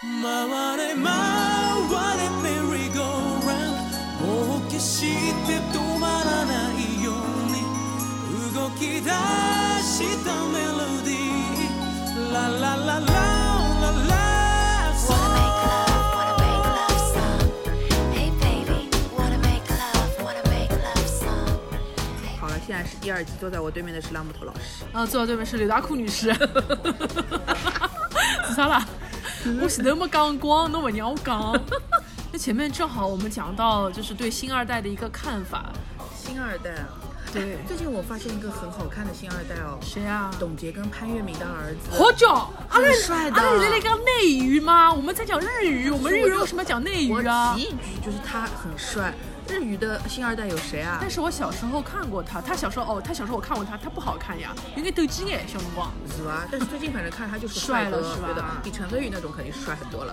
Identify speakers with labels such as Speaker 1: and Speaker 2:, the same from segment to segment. Speaker 1: 回れ回れメリーゴーランドもう決して止まらないように動き出したメロディーララララララ
Speaker 2: Wanna make love, wanna make love song. Hey baby, wanna make love, wanna make love song.
Speaker 3: 好了，现在是第二集，坐在我对面的是拉木头老师。
Speaker 4: 然啊后坐到对面是刘大库女士， 自杀了。我前头没讲光，侬不让我讲。那前面正好我们讲到就是对新二代的一个看法，
Speaker 3: 新二代啊，
Speaker 4: 对
Speaker 3: 最近我发现一个很好看的新二代哦，
Speaker 4: 谁啊？
Speaker 3: 董洁跟潘粤明的儿子，
Speaker 4: 好久，阿
Speaker 3: 很帅的
Speaker 4: 阿瑞在那讲内娱吗？我们在讲日语，我们日语为什么讲内
Speaker 3: 我
Speaker 4: 娱啊
Speaker 3: 提？一句就是他很帅。日语的新二代有谁啊
Speaker 4: 但？是我小时候看过他，他小时候哦，他小时候我看过他，他不好看呀，有点斗鸡眼，小辰光。
Speaker 3: 是啊，但是最近反正看他就是
Speaker 4: 帅
Speaker 3: 哥，
Speaker 4: 了是吧
Speaker 3: 觉得比陈飞宇那种肯定帅很多了。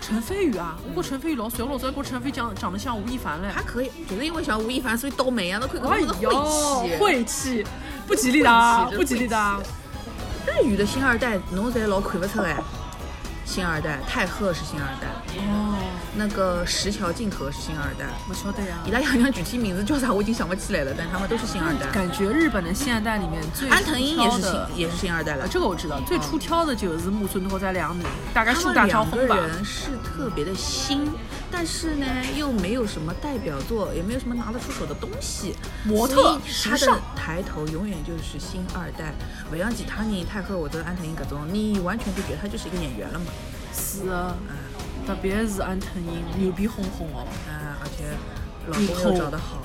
Speaker 4: 陈飞宇啊，我觉得陈飞宇老帅，我老早觉得陈飞长长得像吴亦凡嘞。
Speaker 3: 还可以，就是因为像吴亦凡，所以倒霉啊，那可以
Speaker 4: 哎
Speaker 3: 跟的
Speaker 4: 呦，
Speaker 3: 晦气。
Speaker 4: 晦气，不吉利的啊，
Speaker 3: 晦气
Speaker 4: 不吉利的啊。
Speaker 3: 日语的新二代，侬侪老看不出哎。新二代，太赫是新二代，
Speaker 4: 哦，
Speaker 3: 那个石桥静河是新二代，
Speaker 4: 我啊晓得呀
Speaker 3: 伊。拉洋洋具体名字叫啥我已经想不起来了，但他们都是新二代。
Speaker 4: 感觉日本的现代里面最
Speaker 3: 安藤樱也
Speaker 4: 出
Speaker 3: 是
Speaker 4: 挑的
Speaker 3: 新，也是新二代了
Speaker 4: 啊，。这个我知道，最出挑的就是木村拓哉两女，大概
Speaker 3: 他
Speaker 4: 树
Speaker 3: 们
Speaker 4: 大招
Speaker 3: 两
Speaker 4: 风
Speaker 3: 个
Speaker 4: 吧。
Speaker 3: 人是特别的新，但是呢又没有什么代表作，也没有什么拿得出手的东西。
Speaker 4: 模特
Speaker 3: 所以
Speaker 4: 时
Speaker 3: 他
Speaker 4: 尚
Speaker 3: 的抬头永远就是新二代。不要吉他尼、泰赫、我的安藤樱搿种，你完全就觉得他就是一个演员了嘛。
Speaker 4: 是啊，特别是安藤樱，牛逼哄哄哦。
Speaker 3: 啊，而且老公又找得好。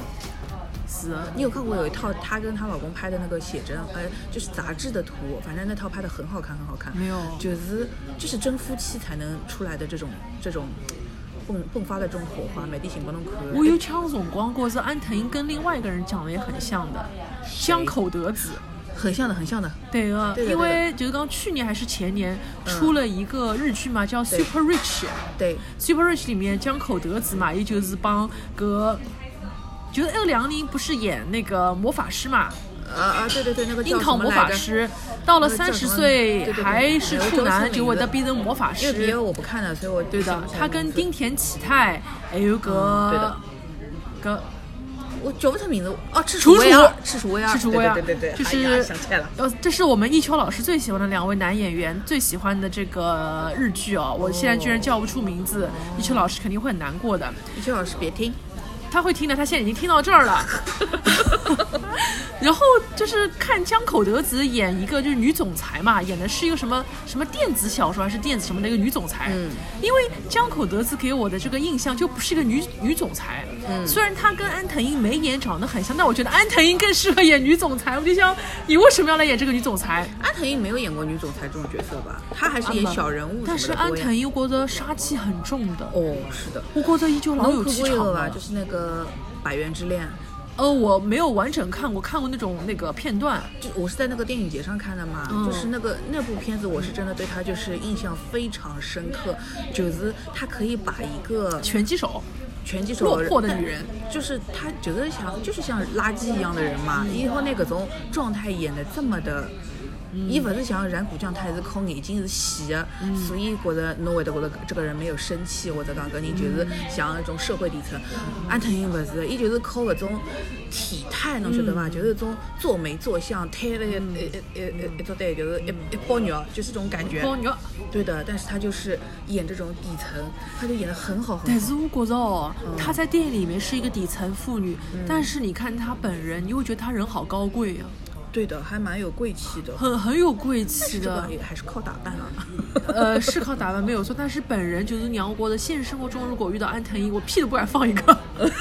Speaker 4: 是啊，
Speaker 3: 你有看过有一套她跟她老公拍的那个写真，呃，就是杂志的图，反正那套拍的很好看，很好看。
Speaker 4: 没有
Speaker 3: 就是就是真夫妻才能出来的这种这种迸迸发的这种火花，美的行不能看。
Speaker 4: 我有抢辰光过，是安藤樱跟另外一个人长得也很像的，江口德子。
Speaker 3: 很像的，很像的。
Speaker 4: 对啊，
Speaker 3: 对的
Speaker 4: 因
Speaker 3: 对的
Speaker 4: 为就是刚去年还是前年出了一个日剧嘛，叫《
Speaker 3: 对
Speaker 4: Super Rich》。
Speaker 3: 对，
Speaker 4: Super Rich 里面江口德子嘛，也就是帮搿，就是那个梁宁不是演那个魔法师嘛，
Speaker 3: 啊啊，对对对，那个
Speaker 4: 樱
Speaker 3: 叫
Speaker 4: 桃
Speaker 3: 什么
Speaker 4: 魔法
Speaker 3: 来着？
Speaker 4: 师，到了
Speaker 3: 那个叫
Speaker 4: 三十
Speaker 3: 什么
Speaker 4: 岁
Speaker 3: 对对对
Speaker 4: 还是处
Speaker 3: 还
Speaker 4: 男，
Speaker 3: 有周迅
Speaker 4: 就会得变成魔法
Speaker 3: 因为别的
Speaker 4: 师。
Speaker 3: 我不看了，所以我
Speaker 4: 对
Speaker 3: 想
Speaker 4: 的
Speaker 3: 不起，来
Speaker 4: 他跟
Speaker 3: 名字
Speaker 4: 丁田启泰哎还有
Speaker 3: 嗯对
Speaker 4: 个
Speaker 3: 的
Speaker 4: 个
Speaker 3: 我叫不出名字哦，赤
Speaker 4: 楚
Speaker 3: 楚卫二，
Speaker 4: 楚
Speaker 3: 赤楚卫二，
Speaker 4: 赤楚卫二
Speaker 3: 对对对对，
Speaker 4: 就
Speaker 3: 哎
Speaker 4: 是
Speaker 3: 呀想起来了。
Speaker 4: 呃，这是我们一秋老师最喜欢的两位男演员最喜欢的这个日剧哦，我现在居然叫不出名字，一秋老师肯定会很难过的。
Speaker 3: 一秋老师别听，
Speaker 4: 他会听的，他现在已经听到这儿了。 然后就是看江口德子演一个就是女总裁嘛，演的是一个什么什么电子小说还是电子什么的一个女总裁。
Speaker 3: 嗯，
Speaker 4: 因为江口德子给我的这个印象就不是一个女女总裁。嗯，虽然她跟安藤樱眉眼长得很像，但我觉得安藤樱更适合演女总裁。我就想，你为什么要来演这个女总裁？
Speaker 3: 安藤樱没有演过女总裁这种角色吧？她还是演小人物什么的啊
Speaker 4: 啊但是安
Speaker 3: 多呀
Speaker 4: 藤樱觉得杀气很重的，
Speaker 3: 哦，是的，
Speaker 4: 我觉得依旧老有
Speaker 3: 侬
Speaker 4: 气
Speaker 3: 看过一
Speaker 4: 场
Speaker 3: 个
Speaker 4: 的
Speaker 3: 吧，就是那个《百元之恋
Speaker 4: 呃，我没有完整看过，看过那种那个片段。》，
Speaker 3: 就我是在那个电影节上看的嘛，
Speaker 4: 嗯
Speaker 3: 就是那个那部片子，我是真的对他就是印象非常深刻，就是他可以把一个
Speaker 4: 拳击手，
Speaker 3: 拳击手
Speaker 4: 落魄的女人，
Speaker 3: 但就是他就是像就是像垃圾一样的人嘛，以后那搿种状态演的这么的。
Speaker 4: 嗯
Speaker 3: 伊勿是像染谷将太，是靠眼睛是死的，所以觉着侬会得觉着这个人没有生气，或者讲搿人就是
Speaker 4: 嗯
Speaker 3: 像一种社会底层。安藤樱勿是的，伊就是靠搿种体态，侬晓得
Speaker 4: 嗯
Speaker 3: 伐？就是一种做眉做相，推了一一一一一座对，就是一一包肉，就是这种感觉。
Speaker 4: 包肉
Speaker 3: 对的，但是他就是演这种底层，他就演得很好很好
Speaker 4: 但。是我觉着哦，她在电影里面是一个底层妇女，
Speaker 3: 嗯
Speaker 4: 但是你看她本人，你会觉得她人好高贵啊，
Speaker 3: 对的，还蛮有贵气的。
Speaker 4: 很很有贵气
Speaker 3: 是的
Speaker 4: 的，。
Speaker 3: 也还是靠打扮 啊。
Speaker 4: 呃，是靠打扮没有错，但是本人就是娘国的。现实生活中如果遇到安藤樱，我屁都不敢放一个，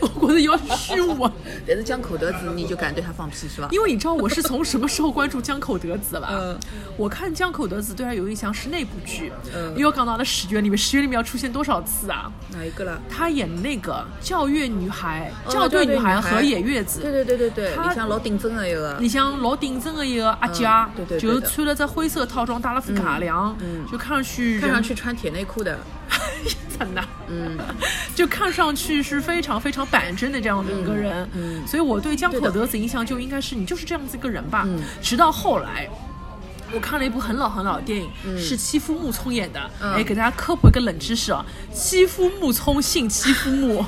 Speaker 4: 我觉得要虚我。
Speaker 3: 但是江口德子，你就敢对他放屁是吧？
Speaker 4: 因为你知道我是从什么时候关注江口德子吧？
Speaker 3: 嗯
Speaker 4: 我看江口德子对他有印象是那部剧，
Speaker 3: 嗯
Speaker 4: 又讲到了《十月》里面，《十月》里面要出现多少次啊？
Speaker 3: 哪一个了？
Speaker 4: 她演那个教育女孩，
Speaker 3: 哦
Speaker 4: 校对女孩
Speaker 3: 对对
Speaker 4: 和野月子，
Speaker 3: 对对对对对，
Speaker 4: 他
Speaker 3: 里向老顶真啊的一个
Speaker 4: 里。向老顶真的一个阿姐啊
Speaker 3: 嗯，对对对
Speaker 4: 就
Speaker 3: 的
Speaker 4: 是穿了只灰色套装，戴了副假梁，
Speaker 3: 嗯嗯
Speaker 4: 就看上去
Speaker 3: 看上去穿铁内裤的，
Speaker 4: 惨的，嗯，就看上去是非常非常板正的这样的一个人，
Speaker 3: 嗯嗯
Speaker 4: 所以我对江口
Speaker 3: 对的
Speaker 4: 德子印象就应该是你就是这样子一个人吧，
Speaker 3: 嗯
Speaker 4: 直到后来。我看了一部很老很老的电影，是欺负木聪演的。
Speaker 3: 嗯
Speaker 4: 哎，给大家科普一个冷知识啊，欺负木聪姓欺负木，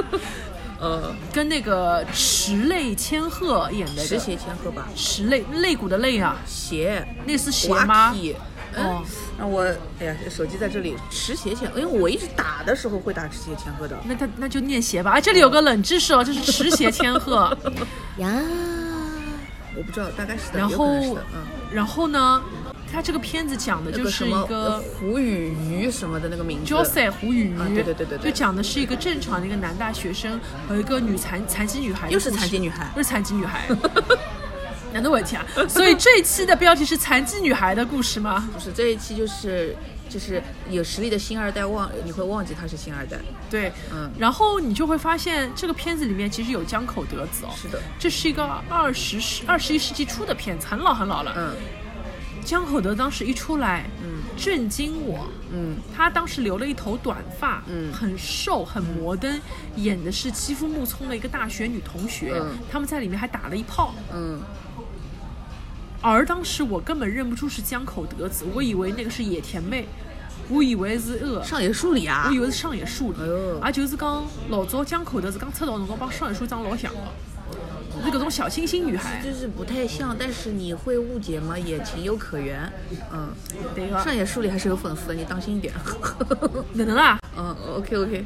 Speaker 3: 呃，
Speaker 4: 跟那个池内千鹤演的
Speaker 3: 十邪千鹤吧，
Speaker 4: 池肋肋骨的肋啊，
Speaker 3: 邪
Speaker 4: 那个是邪
Speaker 3: 滑
Speaker 4: 吗？
Speaker 3: 稽。嗯
Speaker 4: 哦，
Speaker 3: 让我哎呀，手机在这里。持邪千，因为我一直打的时候会打持邪千鹤的。
Speaker 4: 那他那就念邪吧。啊，这里有个冷知识哦，就是池邪千鹤。
Speaker 3: 嗯我不知道，大概是的，
Speaker 4: 然
Speaker 3: 有可能是
Speaker 4: 后
Speaker 3: 的嗯，，
Speaker 4: 然后呢，他这个片子讲的
Speaker 3: 那
Speaker 4: 就
Speaker 3: 个
Speaker 4: 是
Speaker 3: 什
Speaker 4: 一
Speaker 3: 么
Speaker 4: 个
Speaker 3: 胡宇鱼什么的那个名字。
Speaker 4: Jose 胡宇
Speaker 3: 啊
Speaker 4: 瑜，
Speaker 3: 对对对对对
Speaker 4: 就讲的是一个正常的一个男大学生和一个女残残疾女孩的故事，
Speaker 3: 又是残疾女孩
Speaker 4: 又是残疾 女孩。难道我天啊！所以这一期的标题是“残疾女孩的故事”吗？
Speaker 3: 不是这一期就是就是有实力的星二代忘你会忘记他是星二代。
Speaker 4: 对，
Speaker 3: 嗯
Speaker 4: 然后你就会发现，这个片子里面其实有江口德子哦。
Speaker 3: 是的
Speaker 4: 这是一个二十世二十一世纪初的片子，很老很老了。
Speaker 3: 嗯
Speaker 4: 江口德当时一出来，嗯，震惊我。
Speaker 3: 嗯，
Speaker 4: 他当时留了一头短发，
Speaker 3: 嗯
Speaker 4: 很瘦，很摩登，演的是欺负木聪的一个大学女同学。
Speaker 3: 嗯
Speaker 4: 他们在里面还打了一炮，
Speaker 3: 嗯，
Speaker 4: 而当时我根本认不出是江口德子，我以为那个是野田妹，我以为是呃。
Speaker 3: 上野树里啊
Speaker 4: 我以，为是上野树里
Speaker 3: 哎呦，
Speaker 4: 也就是讲老早江口德子刚出道的辰光，帮上野树长老像的，就是各种小清新女孩。
Speaker 3: 哎就是不太像，但是你会误解吗？也情有可原。嗯，
Speaker 4: 对个
Speaker 3: 上野树里还是有粉丝的，你当心一点。
Speaker 4: 哪能啦？
Speaker 3: 嗯，OK OK，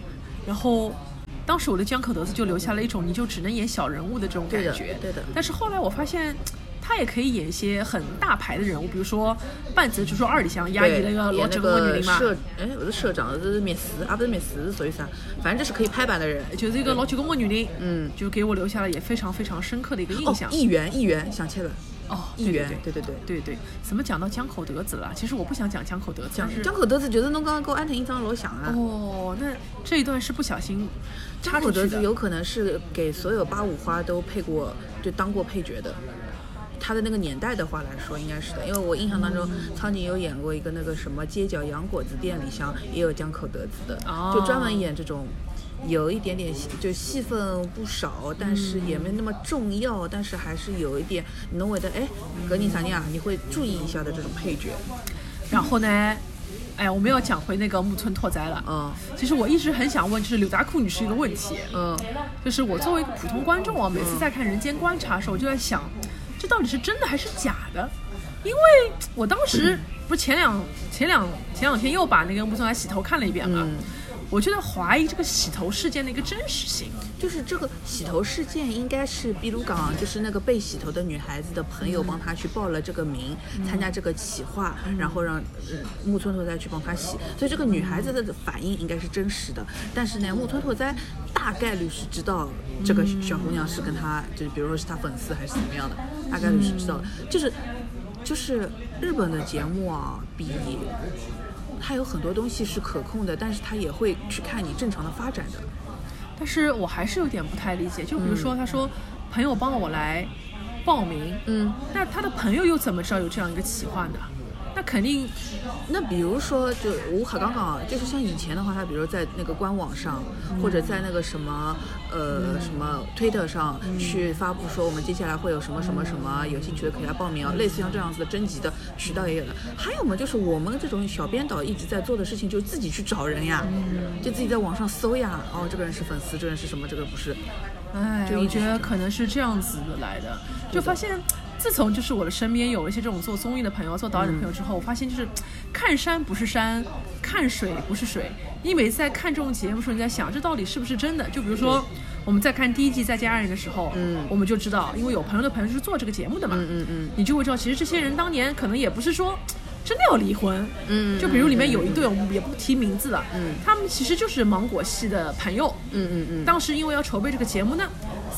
Speaker 4: 然后当时我对江口德子就留下了一种你就只能演小人物的这种感
Speaker 3: 对的
Speaker 4: 觉。
Speaker 3: 对的
Speaker 4: 但是后来我发现。他也可以演一些很大牌的人物，比如说半泽直树二里香，压抑
Speaker 3: 对
Speaker 4: 那个老
Speaker 3: 演那
Speaker 4: 整个
Speaker 3: 个
Speaker 4: 女的嘛，
Speaker 3: 社，哎，不是社长，这是灭死啊，不是灭死是属于啥？反正这是可以拍板的人。
Speaker 4: 就是一个老九公的女的，
Speaker 3: 嗯，
Speaker 4: 就给我留下了也非常非常深刻的一个印
Speaker 3: 哦
Speaker 4: 象，。
Speaker 3: 议员，议员，想起来了，
Speaker 4: 哦，
Speaker 3: 议
Speaker 4: 对
Speaker 3: 员
Speaker 4: 对，
Speaker 3: 对对对。
Speaker 4: 对对，怎么讲到江口德子了？其实我不想讲江口德子，
Speaker 3: 江
Speaker 4: 但是
Speaker 3: 江口德子觉得侬刚刚给我安藤樱张老想啊，
Speaker 4: 哦，那这一段是不小心
Speaker 3: 江
Speaker 4: 插出
Speaker 3: 口
Speaker 4: 去
Speaker 3: 德
Speaker 4: 的
Speaker 3: 子。有可能是给所有八五花都配过，就当过配角的。他的那个年代的话来说，应该是的，因为我印象当中，苍井优演过一个那个什么街角洋果子店里香，也有江口德子的，
Speaker 4: 哦
Speaker 3: 就专门演这种。有一点点戏就戏份不少，但是也没那么重要，但是还是有一点，你能为的哎，格尼萨尼亚你会注意一下的这种配角，
Speaker 4: 然后呢，哎，我们要讲回那个木村拓哉了。
Speaker 3: 嗯
Speaker 4: 其实我一直很想问，就是柳达库女士一个问题，
Speaker 3: 嗯，
Speaker 4: 就是我作为一个普通观众啊，每次在看《人间观察》的时候，我就在想，这到底是真的还是假的？因为我当
Speaker 3: 嗯
Speaker 4: 时不是前两前两前两天又把那个木村拓哉洗头看了一遍
Speaker 3: 嗯
Speaker 4: 嘛，我就在怀疑这个洗头事件的一个真实性。
Speaker 3: 就是这个洗头事件，应该是比鲁港，就是那个被洗头的女孩子的朋友帮她去报了这个名，参加这个企划，然后让、呃木村拓哉去帮她洗，所以这个女孩子的反应应该是真实的。但是呢，木村拓哉大概率是知道这个小姑娘是跟他，就是比如说是他粉丝还是怎么样的，大概率是知道的。就是就是日本的节目啊，比它有很多东西是可控的，但是它也会去看你正常的发展的。
Speaker 4: 但是我还是有点不太理解，就比如说他说、朋友帮我来报名，
Speaker 3: 嗯，
Speaker 4: 那他的朋友又怎么知道有这样一个企划呢？那肯定
Speaker 3: 那比如说，就吴卡刚刚啊，就是像以前的话，他比如在那个官网上，或者在那个什么呃什么 Twitter 上去发布说我们接下来会有什么什么什么，有兴趣的可以来报名啊，类似像这样子的征集的渠道也有的。还有嘛，就是我们这种小编导一直在做的事情，就是自己去找人呀，就自己在网上搜呀，哦，这个人是粉丝，这个人是什么，这个不是，
Speaker 4: 哎，
Speaker 3: 就
Speaker 4: 我
Speaker 3: 一直
Speaker 4: 觉得可能是这样子来的，就发现。自从就是我的身边有一些这种做综艺的朋友、做导演
Speaker 3: 嗯
Speaker 4: 的朋友之后，我发现就是看山不是山，看水不是水。你每次在看这种节目的时候，你在想这到底是不是真的？就比如说我们在看第一季《再见爱人》的时候，
Speaker 3: 嗯
Speaker 4: 我们就知道，因为有朋友的朋友是做这个节目的嘛，
Speaker 3: 嗯嗯
Speaker 4: 你就会知道，其实这些人当年可能也不是说真的要离婚，
Speaker 3: 嗯
Speaker 4: 就比如里面有一对，我们也不提名字了，
Speaker 3: 嗯
Speaker 4: 他们其实就是芒果系的朋友，
Speaker 3: 嗯嗯嗯，
Speaker 4: 当时因为要筹备这个节目呢。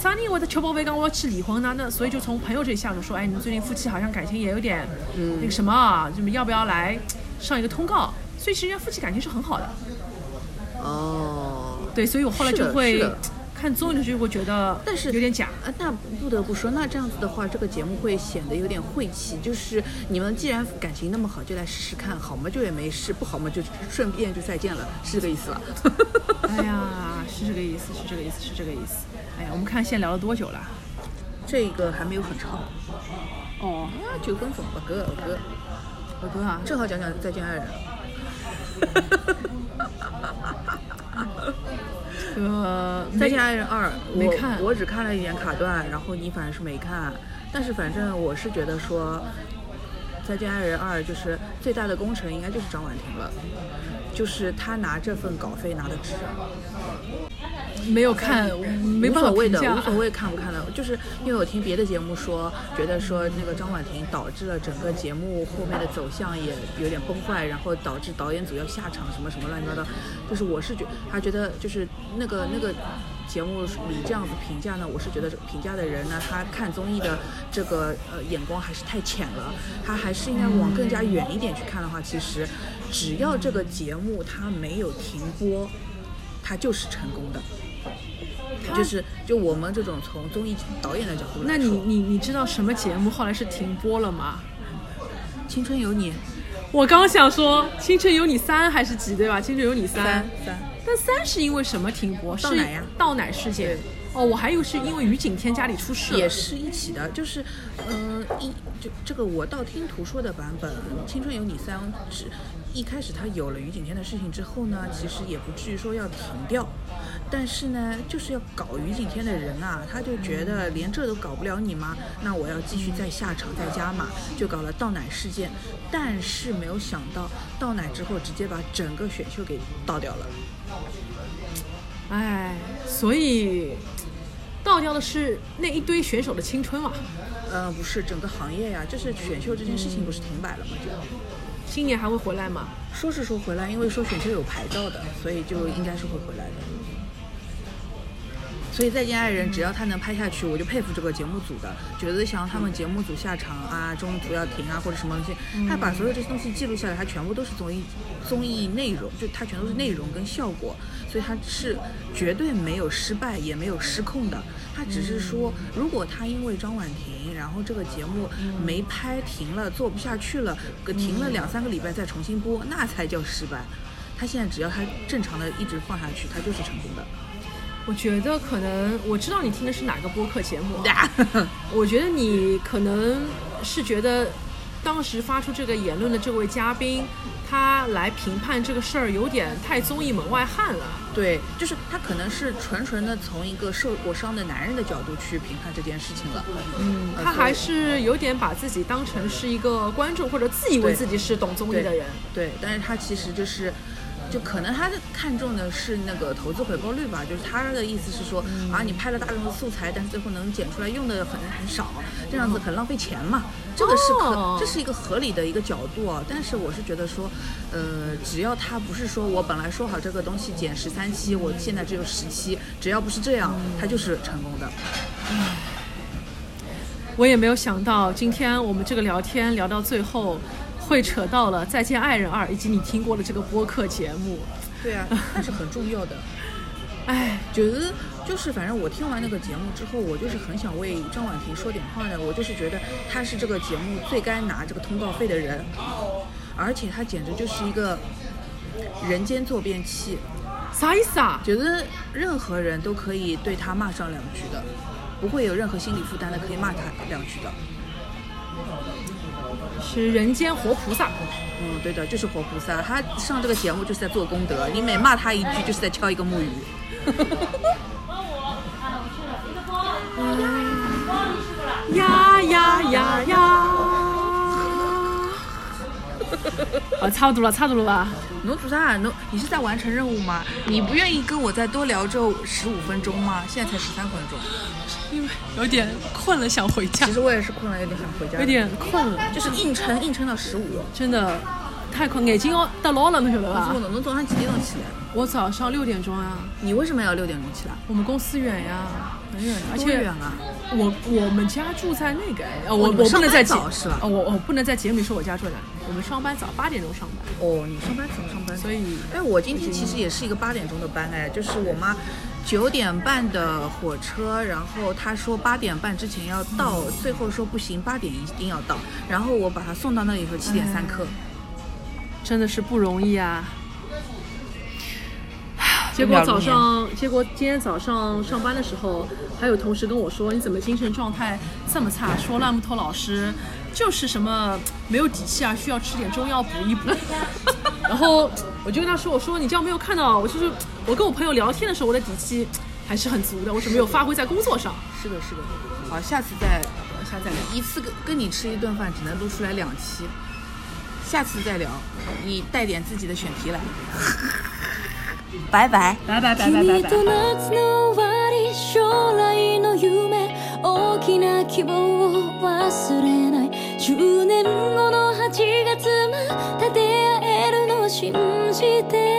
Speaker 4: Sunny 我在秋宝威刚我要去离婚呢，那所以就从朋友这里下手说，哎，你们最近夫妻好像感情也有点，
Speaker 3: 嗯
Speaker 4: 那个什么啊，你们要不要来上一个通告？所以其实人家夫妻感情是很好的，
Speaker 3: 哦。
Speaker 4: 对，所以我后来
Speaker 3: 是的
Speaker 4: 就会
Speaker 3: 是的
Speaker 4: 看综艺的时候就会觉得，
Speaker 3: 但是
Speaker 4: 有点假。
Speaker 3: 啊，那不得不说，那这样子的话，这个节目会显得有点晦气。就是你们既然感情那么好，就来试试看，好嘛就也没事，不好嘛就顺便就再见了，是这个意思吧？
Speaker 4: 哎呀，是这个意思，是这个意思，是这个意思。哎呀，我们看现在聊了多久了？
Speaker 3: 这个还没有很长，
Speaker 4: 哦，
Speaker 3: 啊，九分钟不够不够，
Speaker 4: 我哥啊，
Speaker 3: 正好讲讲《再见爱人》。
Speaker 4: 呃，
Speaker 3: 《再见爱人二》
Speaker 4: 没
Speaker 3: 我
Speaker 4: 看
Speaker 3: 我只看了一眼卡段，然后你反而是没看，但是反正我是觉得说，《再见爱人二》就是最大的功臣应该就是张婉婷了，就是她拿这份稿费拿的值，啊
Speaker 4: 没有看，没
Speaker 3: 无
Speaker 4: 办法
Speaker 3: 所谓
Speaker 4: 评
Speaker 3: 的，
Speaker 4: 价
Speaker 3: 无所谓看不看的，就是因为我听别的节目说，觉得说那个张婉婷导致了整个节目后面的走向也有点崩坏，然后导致导演组要下场什么什么乱七八糟，就是我是觉还觉得就是那个那个。节目里这样子评价呢，我是觉得评价的人呢，他看综艺的这个呃眼光还是太浅了，他还是应该往更加远一点去看的话，其实只要这个节目它没有停播，它就是成功的。就是就我们这种从综艺导演的角度来
Speaker 4: 那
Speaker 3: 说，
Speaker 4: 你你你知道什么节目后来是停播了吗？
Speaker 3: 青春有你
Speaker 4: 我刚想说《青春有你三》还是几对吧，《青春有你三》
Speaker 3: 三三，
Speaker 4: 但三是因为什么停播？是
Speaker 3: 倒奶呀
Speaker 4: 倒奶事件
Speaker 3: 对。
Speaker 4: 哦，我还以为是因为于景天家里出事了。
Speaker 3: 也是一起的，就是嗯、呃、一就这个我道听途说的版本，青春有你三只一开始他有了于景天的事情之后呢，其实也不至于说要停掉，但是呢，就是要搞于景天的人啊，他就觉得连这都搞不了你吗？那我要继续再下场再加码，就搞了倒奶事件，但是没有想到倒奶之后直接把整个选秀给倒掉了。
Speaker 4: 哎，所以倒掉的是那一堆选手的青春啊！
Speaker 3: 呃，不是整个行业呀、就是选秀这件事情不是停摆了吗？就
Speaker 4: 今年还会回来吗？
Speaker 3: 说是说回来，因为说选秀有牌照的，所以就应该是会回来的。所以《再见爱人》，只要他能拍下去，我就佩服这个节目组的，觉得想让他们节目组下场啊，中途要停啊，或者什么东西，他把所有这些东西记录下来，他全部都是综艺综艺内容，就他全都是内容跟效果，所以他是绝对没有失败，也没有失控的。他只是说，如果他因为张婉婷，然后这个节目没拍停了，做不下去了，个停了两三个礼拜再重新播，那才叫失败。他现在只要他正常的一直放下去，他就是成功的。
Speaker 4: 我觉得可能我知道你听的是哪个播客节目、啊，我觉得你可能是觉得当时发出这个言论的这位嘉宾，他来评判这个事儿有点太综艺门外汉了。
Speaker 3: 对，就是他可能是纯纯的从一个受过伤的男人的角度去评判这件事情了。嗯，
Speaker 4: 他还是有点把自己当成是一个观众，或者自以为
Speaker 3: 对
Speaker 4: 自己是懂综艺
Speaker 3: 对
Speaker 4: 的人。
Speaker 3: 对，但是他其实就是。就可能他的看重的是那个投资回报率吧，就是他的意思是说、
Speaker 4: 嗯
Speaker 3: 啊，你拍了大量的素材，但是最后能剪出来用的很很少，这样子很浪费钱嘛。这个是可、
Speaker 4: 哦
Speaker 3: 这是一个合理的一个角度啊。但是我是觉得说，呃，只要他不是说我本来说好这个东西剪十三期，我现在只有十期，只要不是这样，
Speaker 4: 嗯
Speaker 3: 他就是成功的。
Speaker 4: 我也没有想到，今天我们这个聊天聊到最后，会扯到了《再见爱人二》以及你听过的这个播客节目。
Speaker 3: 对啊，那是很重要的。
Speaker 4: 哎，
Speaker 3: 觉得就是，反正我听完那个节目之后，我就是很想为张婉婷说点话的。我就是觉得她是这个节目最该拿这个通告费的人，而且她简直就是一个人间坐便器，
Speaker 4: 啥意思啊？
Speaker 3: 觉得任何人都可以对她骂上两句的，不会有任何心理负担的，可以骂她两句的。
Speaker 4: 是人间活菩萨。
Speaker 3: 嗯，对的，就是活菩萨。她上这个节目就是在做功德，你每骂她一句就是在敲一个木鱼。
Speaker 4: 呀呀呀呀！ 啊，差不多了，差不多了吧？
Speaker 3: 侬做啥？侬你是在完成任务吗？你不愿意跟我再多聊这十五分钟吗？现在才十三分钟，
Speaker 4: 因为有点困了，想回家
Speaker 3: 其，实我也是困了，有点想回家，
Speaker 4: 有点困了，
Speaker 3: 就是硬撑硬撑到十五。
Speaker 4: 真的太困，眼睛要耷牢了，侬晓得
Speaker 3: 我
Speaker 4: 吧
Speaker 3: 说？侬侬早上几点钟起来？
Speaker 4: 我早上六点钟啊，
Speaker 3: 你为什么要六点钟起来？
Speaker 4: 我们公司远呀，很远，而
Speaker 3: 多
Speaker 4: 且
Speaker 3: 远啊？
Speaker 4: 我我们家住在那个，呃，我
Speaker 3: 你
Speaker 4: 我
Speaker 3: 们
Speaker 4: 不
Speaker 3: 上
Speaker 4: 能
Speaker 3: 班
Speaker 4: 在节
Speaker 3: 早是吧
Speaker 4: 呃我我不能在节目里说我家住哪，我们上班早，八点钟上班，
Speaker 3: 哦，你上班早上班，
Speaker 4: 所以
Speaker 3: 哎，我今天其实也是一个八点钟的班哎，就是我妈九点半的火车，然后她说八点半之前要到，最后说不行，八点一定要到，然后我把她送到那里的时候七点三刻。
Speaker 4: 真的是不容易啊。唉结果
Speaker 3: 秒
Speaker 4: 早
Speaker 3: 如年
Speaker 4: 上，结果今天早上上班的时候，还有同事跟我说，你怎么精神状态这么差？说烂木头老师就是什么没有底气啊，需要吃点中药补一 补。然后我就跟他说，我说你这样没有看到，我就是我跟我朋友聊天的时候，我的底气还是很足的，我只没有发挥在工作上。
Speaker 3: 是的，是的。好，下次再
Speaker 4: 我下次再聊。
Speaker 3: 一次跟跟你吃一顿饭，只能录出来两期。下次再聊，你带点自己的选题来。拜拜。
Speaker 4: 拜拜拜拜拜
Speaker 5: 君
Speaker 4: 拜
Speaker 5: と。夏の終わり将来の夢大きな希望を忘れない10年後の8月また出会えるのを信じて